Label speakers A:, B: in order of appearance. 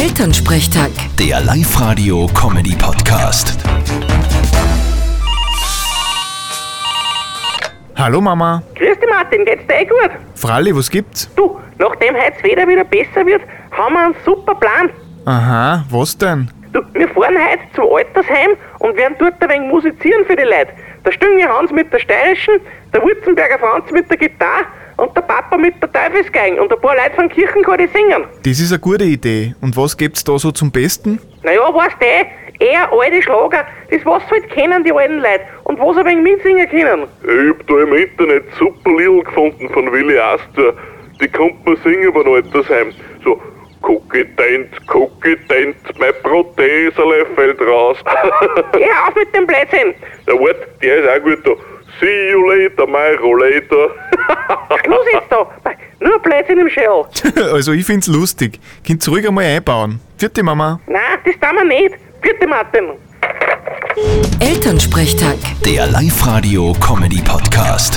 A: Elternsprechtag.
B: Der Live-Radio-Comedy-Podcast.
C: Hallo Mama.
D: Grüß dich Martin, geht's dir eh gut?
C: Fralli, was gibt's?
D: Du, nachdem heute das Wetter wieder besser wird, haben wir einen super Plan.
C: Aha, was denn?
D: Du, wir fahren heute zum Altersheim und werden dort ein wenig musizieren für die Leute. Der Stünge Hans mit der steirischen, der Wurzenberger Franz mit der Gitarre und der Papa mit der Teufelsgeigen und ein paar Leute von Kirchenchor, die singen.
C: Das ist eine gute Idee. Und was gibt's da so zum Besten?
D: Naja, weißt du, eh, eher alte Schlager, das was sie halt kennen, die alten Leute, und was sie ein wenig mitsingen können.
E: Ich hab da im Internet super Liedl gefunden von Willi Astor. Die kommt man singen beim Altersheim. So, Kokident, Kokident, mein Prothesele fällt raus.
D: Geh auf mit dem Blödsinn!
E: Der Wort, der ist auch gut da. See you later, my rollator.
D: Schluss jetzt da! Bei- Nur Blödsinn im Shell.
C: also ich find's lustig. Könnt's ruhig einmal einbauen. Vierte Mama.
D: Nein, das tun wir nicht. Vierte Martin.
A: Elternsprechtag.
B: Der Live-Radio-Comedy-Podcast.